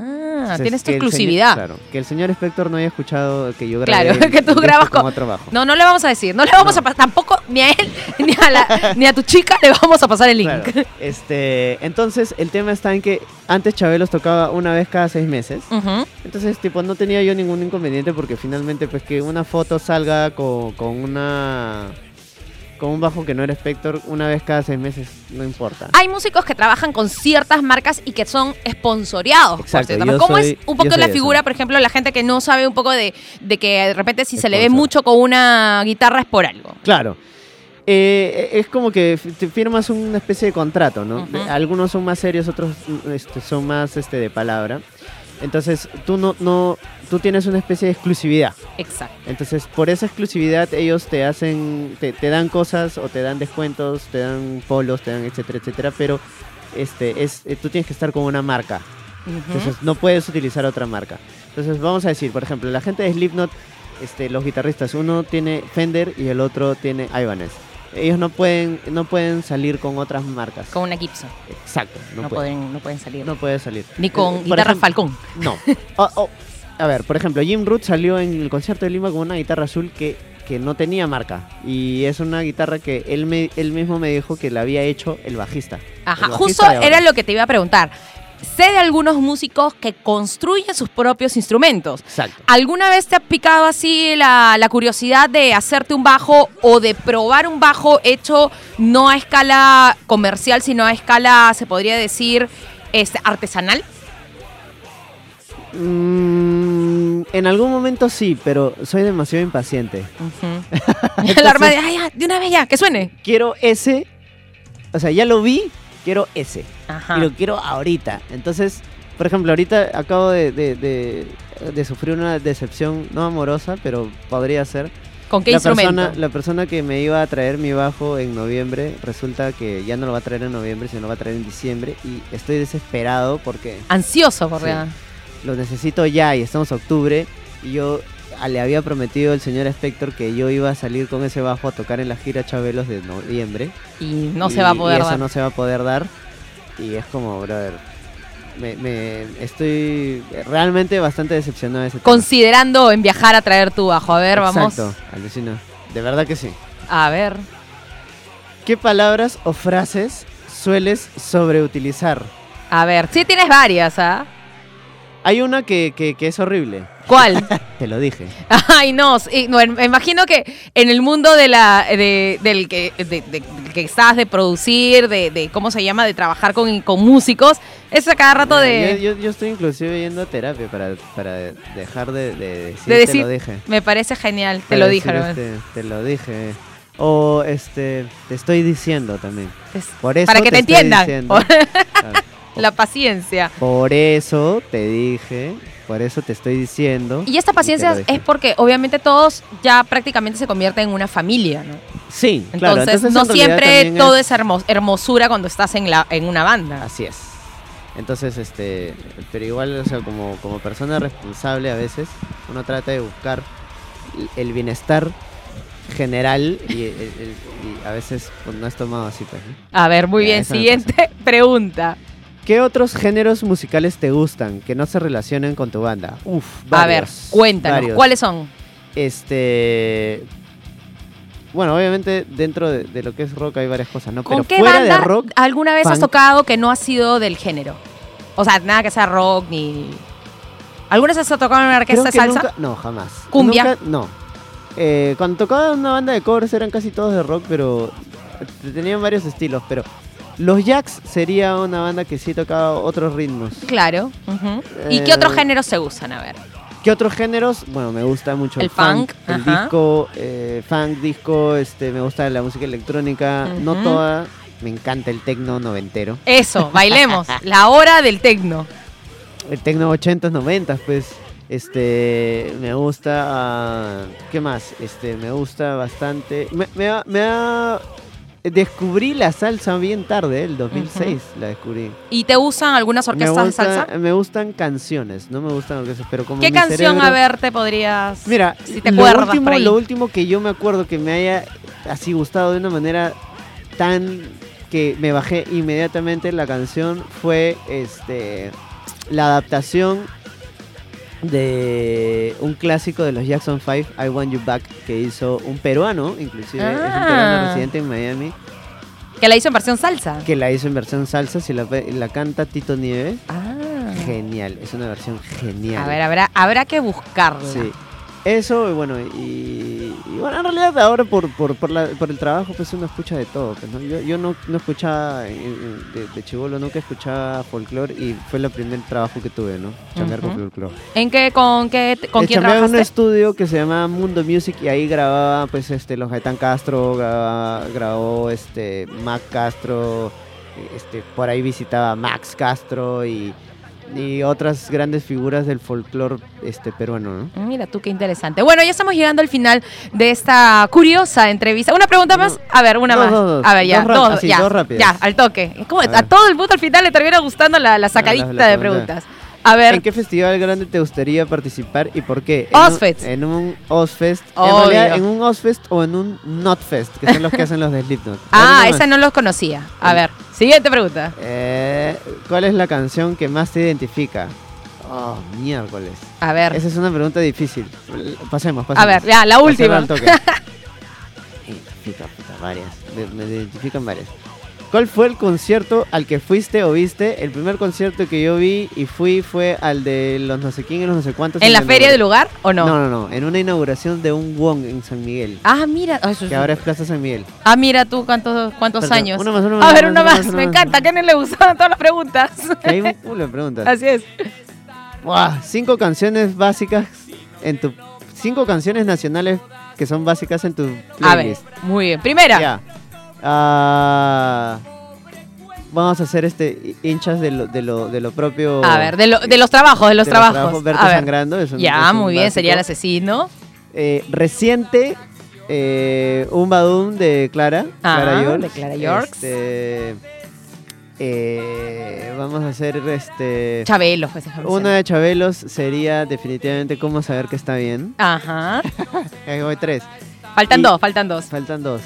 [SPEAKER 1] tienes tu
[SPEAKER 2] Entonces, que el señor-
[SPEAKER 1] exclusividad.
[SPEAKER 2] claro, que el señor Spector no haya escuchado que yo grabé.
[SPEAKER 1] Claro,
[SPEAKER 2] el-
[SPEAKER 1] que tú
[SPEAKER 2] el disco
[SPEAKER 1] grabas
[SPEAKER 2] con
[SPEAKER 1] con-
[SPEAKER 2] otro bajo.
[SPEAKER 1] No, no le vamos a decir, no le vamos
[SPEAKER 2] No.
[SPEAKER 1] a pasar, tampoco ni a él, ni a, la- ni a tu chica le vamos a pasar el link.
[SPEAKER 2] Claro. Este, entonces el tema está en que antes Chabelos tocaba una vez cada seis meses.
[SPEAKER 1] Ujú.
[SPEAKER 2] Entonces, tipo, no tenía yo ningún inconveniente porque finalmente, pues, que una foto salga con, con una con un bajo que no era Spector una vez cada seis meses, no importa.
[SPEAKER 1] hay músicos que trabajan con ciertas marcas y que son esponsoreados. por
[SPEAKER 2] Exacto,
[SPEAKER 1] ciertas
[SPEAKER 2] yo
[SPEAKER 1] marcas. ¿Cómo
[SPEAKER 2] soy-
[SPEAKER 1] es un
[SPEAKER 2] yo
[SPEAKER 1] poco
[SPEAKER 2] soy
[SPEAKER 1] la
[SPEAKER 2] eso.
[SPEAKER 1] figura, por ejemplo, la gente que no sabe un poco de, de que de repente si se le ve
[SPEAKER 2] Sponsor.
[SPEAKER 1] mucho con una guitarra es por algo?
[SPEAKER 2] Claro. Eh, es como que f- te firmas una especie de contrato, ¿no?
[SPEAKER 1] Ujú.
[SPEAKER 2] De- Algunos son más serios, otros mm, este, son más este, de palabra. Entonces, tú no, no, tú tienes una especie de exclusividad.
[SPEAKER 1] Exacto.
[SPEAKER 2] Entonces, por esa exclusividad ellos te hacen, te, te dan cosas o te dan descuentos, te dan polos, te dan etcétera, etcétera. Pero este, es, eh, tú tienes que estar con una marca.
[SPEAKER 1] Ujú.
[SPEAKER 2] Entonces no puedes utilizar otra marca. Entonces vamos a decir, por ejemplo, la gente de Slipknot, este, los guitarristas, uno tiene Fender y el otro tiene Ibanez. Ellos no pueden, no pueden salir con otras marcas.
[SPEAKER 1] Con una Gibson.
[SPEAKER 2] Exacto, no,
[SPEAKER 1] No,
[SPEAKER 2] pueden.
[SPEAKER 1] pueden, no pueden salir.
[SPEAKER 2] No puede salir.
[SPEAKER 1] Ni con
[SPEAKER 2] Eh, por
[SPEAKER 1] guitarra
[SPEAKER 2] ejem-
[SPEAKER 1] Falcón.
[SPEAKER 2] No. Oh, oh, A ver, por ejemplo, Jim Root salió en el concierto de Lima con una guitarra azul que, que no tenía marca. Y es una guitarra que él, me- él mismo me dijo que la había hecho el bajista.
[SPEAKER 1] Ajá.
[SPEAKER 2] el bajista
[SPEAKER 1] Justo
[SPEAKER 2] de Ibanez.
[SPEAKER 1] era lo que te iba a preguntar. Sé de algunos músicos que construyen sus propios instrumentos.
[SPEAKER 2] Exacto.
[SPEAKER 1] ¿Alguna vez te ha picado así la, la curiosidad de hacerte un bajo o de probar un bajo hecho no a escala comercial, sino a escala, se podría decir, este, artesanal?
[SPEAKER 2] Mm, en algún momento sí, pero soy demasiado impaciente.
[SPEAKER 1] El arma de, "Ay, ya, de una vez ya, que suene.
[SPEAKER 2] Quiero ese. O sea, ya lo vi, quiero ese.
[SPEAKER 1] Ajá.
[SPEAKER 2] Y lo quiero ahorita. Entonces, por ejemplo, ahorita acabo de, de- de- de sufrir una decepción, no amorosa, pero podría ser.
[SPEAKER 1] ¿Con qué
[SPEAKER 2] la
[SPEAKER 1] instrumento?
[SPEAKER 2] Persona, la persona que me iba a traer mi bajo en noviembre, resulta que ya no lo va a traer en noviembre, sino lo va a traer en diciembre. Y estoy desesperado porque
[SPEAKER 1] Ansioso por
[SPEAKER 2] Sí.
[SPEAKER 1] la-
[SPEAKER 2] lo necesito ya y estamos a octubre. Y yo ah, le había prometido al señor Spector que yo iba a salir con ese bajo a tocar en la gira Chabelos de noviembre.
[SPEAKER 1] y no
[SPEAKER 2] Y-
[SPEAKER 1] se va a
[SPEAKER 2] y
[SPEAKER 1] poder
[SPEAKER 2] eso
[SPEAKER 1] dar.
[SPEAKER 2] no se va a poder dar. Y es como, brother, me, me- estoy realmente bastante decepcionado de ese tema.
[SPEAKER 1] Considerando en viajar a traer tu bajo. A ver, vamos.
[SPEAKER 2] Exacto, alucina. De verdad que sí.
[SPEAKER 1] A ver.
[SPEAKER 2] ¿Qué palabras o frases sueles sobreutilizar?
[SPEAKER 1] A ver. Sí, tienes varias, ¿ah?
[SPEAKER 2] Hay una que, que- que es horrible.
[SPEAKER 1] ¿Cuál?
[SPEAKER 2] Te lo dije.
[SPEAKER 1] Ay, no. sí, no, em- imagino que en el mundo de la, de- del que, de- de- del que estás, de producir, de, de- ¿cómo se llama? De trabajar con, con músicos, es a cada rato de...
[SPEAKER 2] Yo, yo- yo estoy inclusive yendo a terapia para, para dejar de, de decir,
[SPEAKER 1] De decir-
[SPEAKER 2] te lo dije.
[SPEAKER 1] Me parece genial, te
[SPEAKER 2] Para
[SPEAKER 1] lo
[SPEAKER 2] decir,
[SPEAKER 1] dije. Rubén.
[SPEAKER 2] este, Te lo dije. O este, te estoy diciendo también.
[SPEAKER 1] Es-
[SPEAKER 2] Por eso
[SPEAKER 1] para que te,
[SPEAKER 2] estoy
[SPEAKER 1] entiendan.
[SPEAKER 2] diciendo. Ah,
[SPEAKER 1] La paciencia.
[SPEAKER 2] por eso te dije, por eso te estoy diciendo.
[SPEAKER 1] Y esta
[SPEAKER 2] te
[SPEAKER 1] paciencia
[SPEAKER 2] lo dije.
[SPEAKER 1] es porque obviamente todos ya prácticamente se convierten en una familia, ¿no?
[SPEAKER 2] Sí,
[SPEAKER 1] Entonces,
[SPEAKER 2] claro. entonces
[SPEAKER 1] no
[SPEAKER 2] en realidad
[SPEAKER 1] siempre
[SPEAKER 2] también
[SPEAKER 1] todo es, hermos- hermosura cuando estás en, la, en una banda.
[SPEAKER 2] Así es. Entonces, este, pero igual, o sea, como, como persona responsable a veces, uno trata de buscar el bienestar general y, el- el- y a veces pues, no es tomado así. pues, ¿no?
[SPEAKER 1] A ver, muy
[SPEAKER 2] Ya,
[SPEAKER 1] bien,
[SPEAKER 2] eso me
[SPEAKER 1] siguiente pregunta.
[SPEAKER 2] ¿Qué otros géneros musicales te gustan que no se relacionen con tu banda? Uf,
[SPEAKER 1] a ver,
[SPEAKER 2] varios,
[SPEAKER 1] cuéntanos,
[SPEAKER 2] varios.
[SPEAKER 1] ¿cuáles son?
[SPEAKER 2] Este... Bueno, obviamente dentro de, de lo que es rock hay varias cosas, ¿no?
[SPEAKER 1] ¿Con
[SPEAKER 2] Pero
[SPEAKER 1] qué
[SPEAKER 2] fuera
[SPEAKER 1] banda
[SPEAKER 2] de rock,
[SPEAKER 1] alguna vez has
[SPEAKER 2] funk.
[SPEAKER 1] tocado que no ha sido del género? O sea, nada que sea rock ni... ¿Alguna vez has tocado en una
[SPEAKER 2] Creo
[SPEAKER 1] orquesta de
[SPEAKER 2] que
[SPEAKER 1] salsa?
[SPEAKER 2] nunca- no, jamás.
[SPEAKER 1] ¿Cumbia?
[SPEAKER 2] Nunca- no. Eh, cuando tocaba una banda de covers eran casi todos de rock, pero tenían varios estilos. Pero los Jacks sería una banda que sí tocaba otros ritmos.
[SPEAKER 1] Claro. ujú. ¿Y qué
[SPEAKER 2] Eh,
[SPEAKER 1] otros géneros se usan? A ver.
[SPEAKER 2] ¿Qué otros géneros? Bueno, me gusta mucho el,
[SPEAKER 1] El funk,
[SPEAKER 2] el
[SPEAKER 1] ajá.
[SPEAKER 2] disco, eh, funk, disco, este, me gusta la música electrónica, no
[SPEAKER 1] Ujú.
[SPEAKER 2] toda. Me encanta el tecno noventero.
[SPEAKER 1] Eso, bailemos. la hora del tecno.
[SPEAKER 2] El tecno 80s, 90s, pues. Este, me gusta. ah, ¿Qué más? Este, me gusta bastante. Me, me ha- me ha- Descubrí la salsa bien tarde, el 2006 la descubrí.
[SPEAKER 1] ¿Y te usan algunas
[SPEAKER 2] Me,
[SPEAKER 1] orquestas de
[SPEAKER 2] gusta-
[SPEAKER 1] salsa?
[SPEAKER 2] me gustan canciones, no me gustan orquestas, pero como.
[SPEAKER 1] ¿Qué
[SPEAKER 2] mi
[SPEAKER 1] canción,
[SPEAKER 2] cerebro-
[SPEAKER 1] a ver, te podrías...?
[SPEAKER 2] Mira,
[SPEAKER 1] si te
[SPEAKER 2] lo,
[SPEAKER 1] acuerdas
[SPEAKER 2] último,
[SPEAKER 1] por ahí?
[SPEAKER 2] lo último que yo me acuerdo que me haya así gustado de una manera tan que me bajé inmediatamente la canción fue este la adaptación de un clásico de los Jackson 5, I Want You Back, que hizo un peruano, inclusive es un
[SPEAKER 1] Ah.
[SPEAKER 2] peruano residente en Miami,
[SPEAKER 1] Que la hizo en versión salsa.
[SPEAKER 2] que la hizo en versión salsa, si la, ve- la canta Tito Nieves.
[SPEAKER 1] Ah.
[SPEAKER 2] Genial, es una versión genial.
[SPEAKER 1] A ver, habrá, habrá que buscarla.
[SPEAKER 2] Sí. Eso, y bueno, y, y bueno, en realidad ahora por, por, por, la- por el trabajo pues uno escucha de todo. pues, ¿no? Yo, yo no, no escuchaba, eh, eh, de, chivolo nunca escuchaba folclore y fue el primer trabajo que tuve, ¿no? Chambear con
[SPEAKER 1] Ujú.
[SPEAKER 2] folclore.
[SPEAKER 1] ¿En qué, con qué, con
[SPEAKER 2] Eh,
[SPEAKER 1] quién
[SPEAKER 2] chambeaba en un
[SPEAKER 1] trabajaste?
[SPEAKER 2] estudio que se llamaba Mundo Music y ahí grababa pues este, los Gaitán Castro, grababa- grabó este, Mac Castro, eh, este, por ahí visitaba Max Castro y, y otras grandes figuras del folclore este, peruano, ¿no?
[SPEAKER 1] Mm, Mira tú qué interesante. Bueno, ya estamos llegando al final de esta curiosa entrevista. ¿Una pregunta más? A ver, una
[SPEAKER 2] No,
[SPEAKER 1] más.
[SPEAKER 2] Mm. dos, dos.
[SPEAKER 1] A ver, ya,
[SPEAKER 2] Dos rap-
[SPEAKER 1] dos,
[SPEAKER 2] así,
[SPEAKER 1] ya,
[SPEAKER 2] dos rápidas.
[SPEAKER 1] ya, al toque. Es como
[SPEAKER 2] A
[SPEAKER 1] a,
[SPEAKER 2] ver.
[SPEAKER 1] todo el mundo al final le termina gustando la, la sacadita
[SPEAKER 2] la- la
[SPEAKER 1] de
[SPEAKER 2] pregunta.
[SPEAKER 1] preguntas. A ver,
[SPEAKER 2] ¿En qué festival grande te gustaría participar y por qué? En
[SPEAKER 1] Ozfest.
[SPEAKER 2] un- En un Ozfest. En,
[SPEAKER 1] Obvio.
[SPEAKER 2] realidad, en un Ozfest o en un Notfest, que son los que hacen los de Slipknot.
[SPEAKER 1] ah,
[SPEAKER 2] Alguno
[SPEAKER 1] esa
[SPEAKER 2] más.
[SPEAKER 1] no los conocía. A
[SPEAKER 2] Mm.
[SPEAKER 1] ver, siguiente pregunta.
[SPEAKER 2] Eh, ¿Cuál es la canción que más te identifica? Oh, miércoles.
[SPEAKER 1] A ver,
[SPEAKER 2] Esa es una pregunta difícil. Pasemos, pasemos.
[SPEAKER 1] a ver, ya, la
[SPEAKER 2] Pasemos
[SPEAKER 1] última.
[SPEAKER 2] al toque. Identifica, puta, varias. Me, me identifican varias. ¿Cuál fue el concierto al que fuiste o viste? El primer concierto que yo vi y fui fue al de los no sé quién y los no sé cuántos.
[SPEAKER 1] ¿En la feria
[SPEAKER 2] del
[SPEAKER 1] del lugar o no?
[SPEAKER 2] No, no, no. En una inauguración de un Wong en San Miguel.
[SPEAKER 1] Ah, mira, ah, eso es-
[SPEAKER 2] Que ahora es Plaza San Miguel.
[SPEAKER 1] ah, mira tú cuántos, cuántos
[SPEAKER 2] Perdón,
[SPEAKER 1] años.
[SPEAKER 2] una más, una más,
[SPEAKER 1] a ver,
[SPEAKER 2] una
[SPEAKER 1] una
[SPEAKER 2] más,
[SPEAKER 1] más,
[SPEAKER 2] una
[SPEAKER 1] me
[SPEAKER 2] más.
[SPEAKER 1] encanta, que no le gustaban todas las preguntas.
[SPEAKER 2] Que hay un culo de preguntas.
[SPEAKER 1] Así es.
[SPEAKER 2] Buah, cinco canciones básicas en tu. Cinco canciones nacionales que son básicas en tu
[SPEAKER 1] A ver,
[SPEAKER 2] playlist.
[SPEAKER 1] muy bien. Primera.
[SPEAKER 2] Ya. Ah, vamos a hacer este hinchas de lo, de lo, de lo propio.
[SPEAKER 1] A ver, de, lo- de los trabajos, de los
[SPEAKER 2] de
[SPEAKER 1] trabajos.
[SPEAKER 2] Verte
[SPEAKER 1] a ver.
[SPEAKER 2] sangrando. es un-
[SPEAKER 1] Ya,
[SPEAKER 2] es un
[SPEAKER 1] muy bien, sería el
[SPEAKER 2] básico.
[SPEAKER 1] asesino.
[SPEAKER 2] Eh, reciente eh, un Badum de Clara.
[SPEAKER 1] Ah,
[SPEAKER 2] Clara York.
[SPEAKER 1] de Clara Yorks.
[SPEAKER 2] Este, eh, vamos a hacer este.
[SPEAKER 1] Chabelo, ese es
[SPEAKER 2] Uno de Chabelos sería definitivamente cómo saber que está bien.
[SPEAKER 1] Ajá.
[SPEAKER 2] Ahí voy tres.
[SPEAKER 1] Faltan
[SPEAKER 2] Y-
[SPEAKER 1] dos, faltan dos.
[SPEAKER 2] Faltan dos.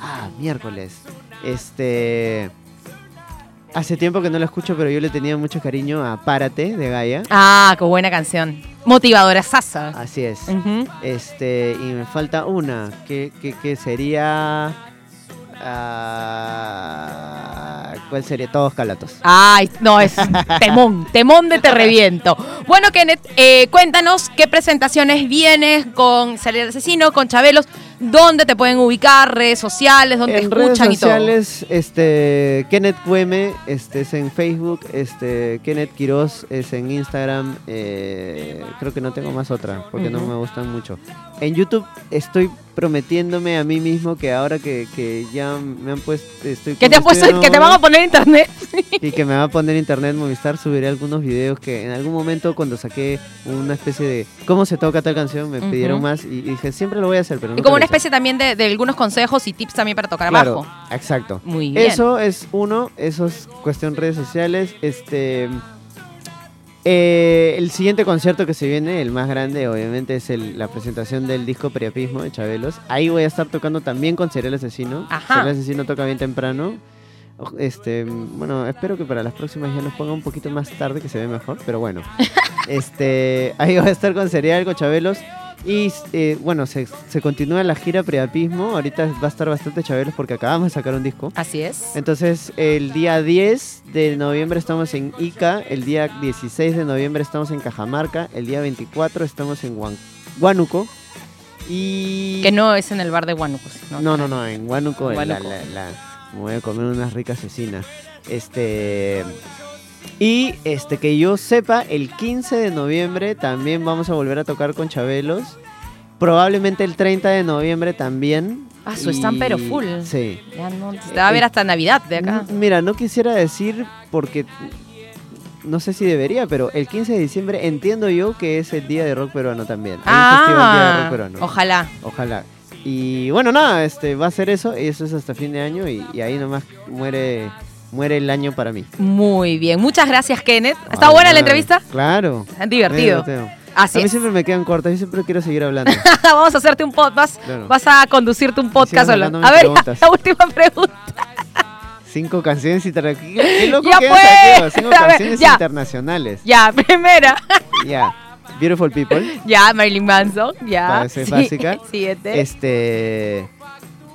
[SPEAKER 2] Ah, miércoles. Este. Hace tiempo que no lo escucho, pero yo le tenía mucho cariño a Párate de Gaia.
[SPEAKER 1] Ah, qué buena canción. Motivadora sasa.
[SPEAKER 2] Así es.
[SPEAKER 1] Ujú.
[SPEAKER 2] Este, y me falta una, que, que- que sería. ah, ¿Cuál sería? Todos calatos.
[SPEAKER 1] Ay, no, es temón, temón de te reviento. Bueno, Kenneth, eh, cuéntanos qué presentaciones vienes con Salir del Asesino, con Chabelos, dónde te pueden ubicar, redes sociales, dónde
[SPEAKER 2] en
[SPEAKER 1] te escuchan
[SPEAKER 2] redes
[SPEAKER 1] y todo.
[SPEAKER 2] sociales, este, Kenneth QM este, es en Facebook, este, Kenneth Quiroz es en Instagram, eh, creo que no tengo más otra, porque no
[SPEAKER 1] Ujú.
[SPEAKER 2] me gustan mucho. En YouTube estoy prometiéndome a mí mismo que ahora que, que ya me han puesto... Estoy
[SPEAKER 1] Que te, han
[SPEAKER 2] como estoy
[SPEAKER 1] puesto, que te van a
[SPEAKER 2] enamorado
[SPEAKER 1] poner en internet.
[SPEAKER 2] Y que me va a poner internet Movistar, subiré algunos videos que en algún momento cuando saqué una especie de cómo se toca tal canción, me
[SPEAKER 1] Ujú.
[SPEAKER 2] pidieron más y, y dije, siempre lo voy a hacer, pero
[SPEAKER 1] Y
[SPEAKER 2] nunca
[SPEAKER 1] como
[SPEAKER 2] lo
[SPEAKER 1] una
[SPEAKER 2] hice".
[SPEAKER 1] especie también de, de algunos consejos y tips también para tocar
[SPEAKER 2] Claro,
[SPEAKER 1] abajo.
[SPEAKER 2] exacto.
[SPEAKER 1] Muy bien.
[SPEAKER 2] Eso es uno, eso es cuestión redes sociales. Este. eh, el siguiente concierto que se viene, el más grande, obviamente, es el- la presentación del disco Priapismo de Chabelos. Ahí voy a estar tocando también con Serial Asesino.
[SPEAKER 1] Ajá.
[SPEAKER 2] Serial Asesino toca bien temprano. O- Este, bueno, espero que para las próximas ya nos ponga un poquito más tarde que se ve mejor, pero bueno. este, ahí voy a estar con Serial, con Chabelos. Y eh, bueno, se, se continúa la gira Priapismo. Ahorita va a estar bastante Chabelos porque acabamos de sacar un disco.
[SPEAKER 1] Así es.
[SPEAKER 2] Entonces, el día 10 de noviembre estamos en Ica, el día 16 de noviembre estamos en Cajamarca, el día 24 estamos en Huan- Huánuco y...
[SPEAKER 1] Que no es en el bar de Huánuco. sino-
[SPEAKER 2] No, no, no, en Huánuco, en la-
[SPEAKER 1] Huánuco.
[SPEAKER 2] la- la- me voy a comer unas ricas cecinas. Este... Y este que yo sepa, el 15 de noviembre también vamos a volver a tocar con Chabelos. Probablemente el 30 de noviembre también.
[SPEAKER 1] Ah, su, están
[SPEAKER 2] Y-
[SPEAKER 1] pero full.
[SPEAKER 2] Sí.
[SPEAKER 1] Ya no, te va a ver
[SPEAKER 2] Eh,
[SPEAKER 1] hasta Navidad de acá.
[SPEAKER 2] Mm, Mira, no quisiera decir porque no sé si debería, pero el 15 de diciembre entiendo yo que es el día de rock peruano también. Hay un
[SPEAKER 1] Ah,
[SPEAKER 2] festival de rock peruano.
[SPEAKER 1] ojalá.
[SPEAKER 2] Ojalá. Y bueno, nada, este va a ser eso, y eso es hasta fin de año y, y ahí nomás muere muere el año para mí.
[SPEAKER 1] Muy bien. Muchas gracias, Kenneth. ¿Ha estado buena la
[SPEAKER 2] Ay,
[SPEAKER 1] entrevista?
[SPEAKER 2] Claro.
[SPEAKER 1] Divertido.
[SPEAKER 2] Divertido.
[SPEAKER 1] Así
[SPEAKER 2] a mí
[SPEAKER 1] es.
[SPEAKER 2] siempre me quedan cortas, yo siempre quiero seguir hablando.
[SPEAKER 1] Vamos a hacerte un podcast.
[SPEAKER 2] Claro.
[SPEAKER 1] Vas a conducirte un podcast. solo.
[SPEAKER 2] hablando mis
[SPEAKER 1] A ver,
[SPEAKER 2] preguntas.
[SPEAKER 1] la última pregunta.
[SPEAKER 2] Cinco canciones internacionales. Qué loco
[SPEAKER 1] Ya
[SPEAKER 2] que
[SPEAKER 1] pues.
[SPEAKER 2] eres, Santiago, Cinco
[SPEAKER 1] A ver,
[SPEAKER 2] canciones
[SPEAKER 1] ya.
[SPEAKER 2] internacionales.
[SPEAKER 1] Ya, primera.
[SPEAKER 2] Ya. Beautiful people.
[SPEAKER 1] Ya, Marilyn Manson. Ya.
[SPEAKER 2] Para ser básica,
[SPEAKER 1] Siguiente.
[SPEAKER 2] Este.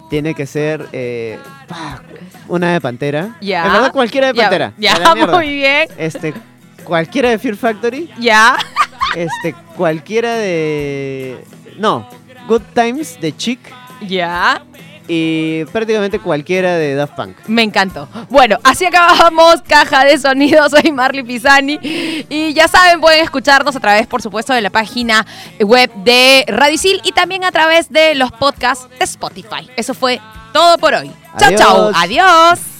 [SPEAKER 2] Tiene que ser. eh, pa, una de Pantera.
[SPEAKER 1] Ya.
[SPEAKER 2] En verdad, cualquiera de
[SPEAKER 1] Ya,
[SPEAKER 2] Pantera.
[SPEAKER 1] Ya,
[SPEAKER 2] a la mierda.
[SPEAKER 1] muy bien.
[SPEAKER 2] Este. Cualquiera de Fear Factory.
[SPEAKER 1] Ya.
[SPEAKER 2] Este. Cualquiera de. No. Good Times de Chic.
[SPEAKER 1] Ya.
[SPEAKER 2] Y prácticamente cualquiera de Daft Punk.
[SPEAKER 1] Me encantó. Bueno, así acabamos Caja de Sonidos. Soy Marley Pisani. Y ya saben, pueden escucharnos a través, por supuesto, de la página web de Radicil y también a través de los podcasts de Spotify. Eso fue todo por hoy. Chao, chao.
[SPEAKER 2] Adiós.
[SPEAKER 1] Adiós.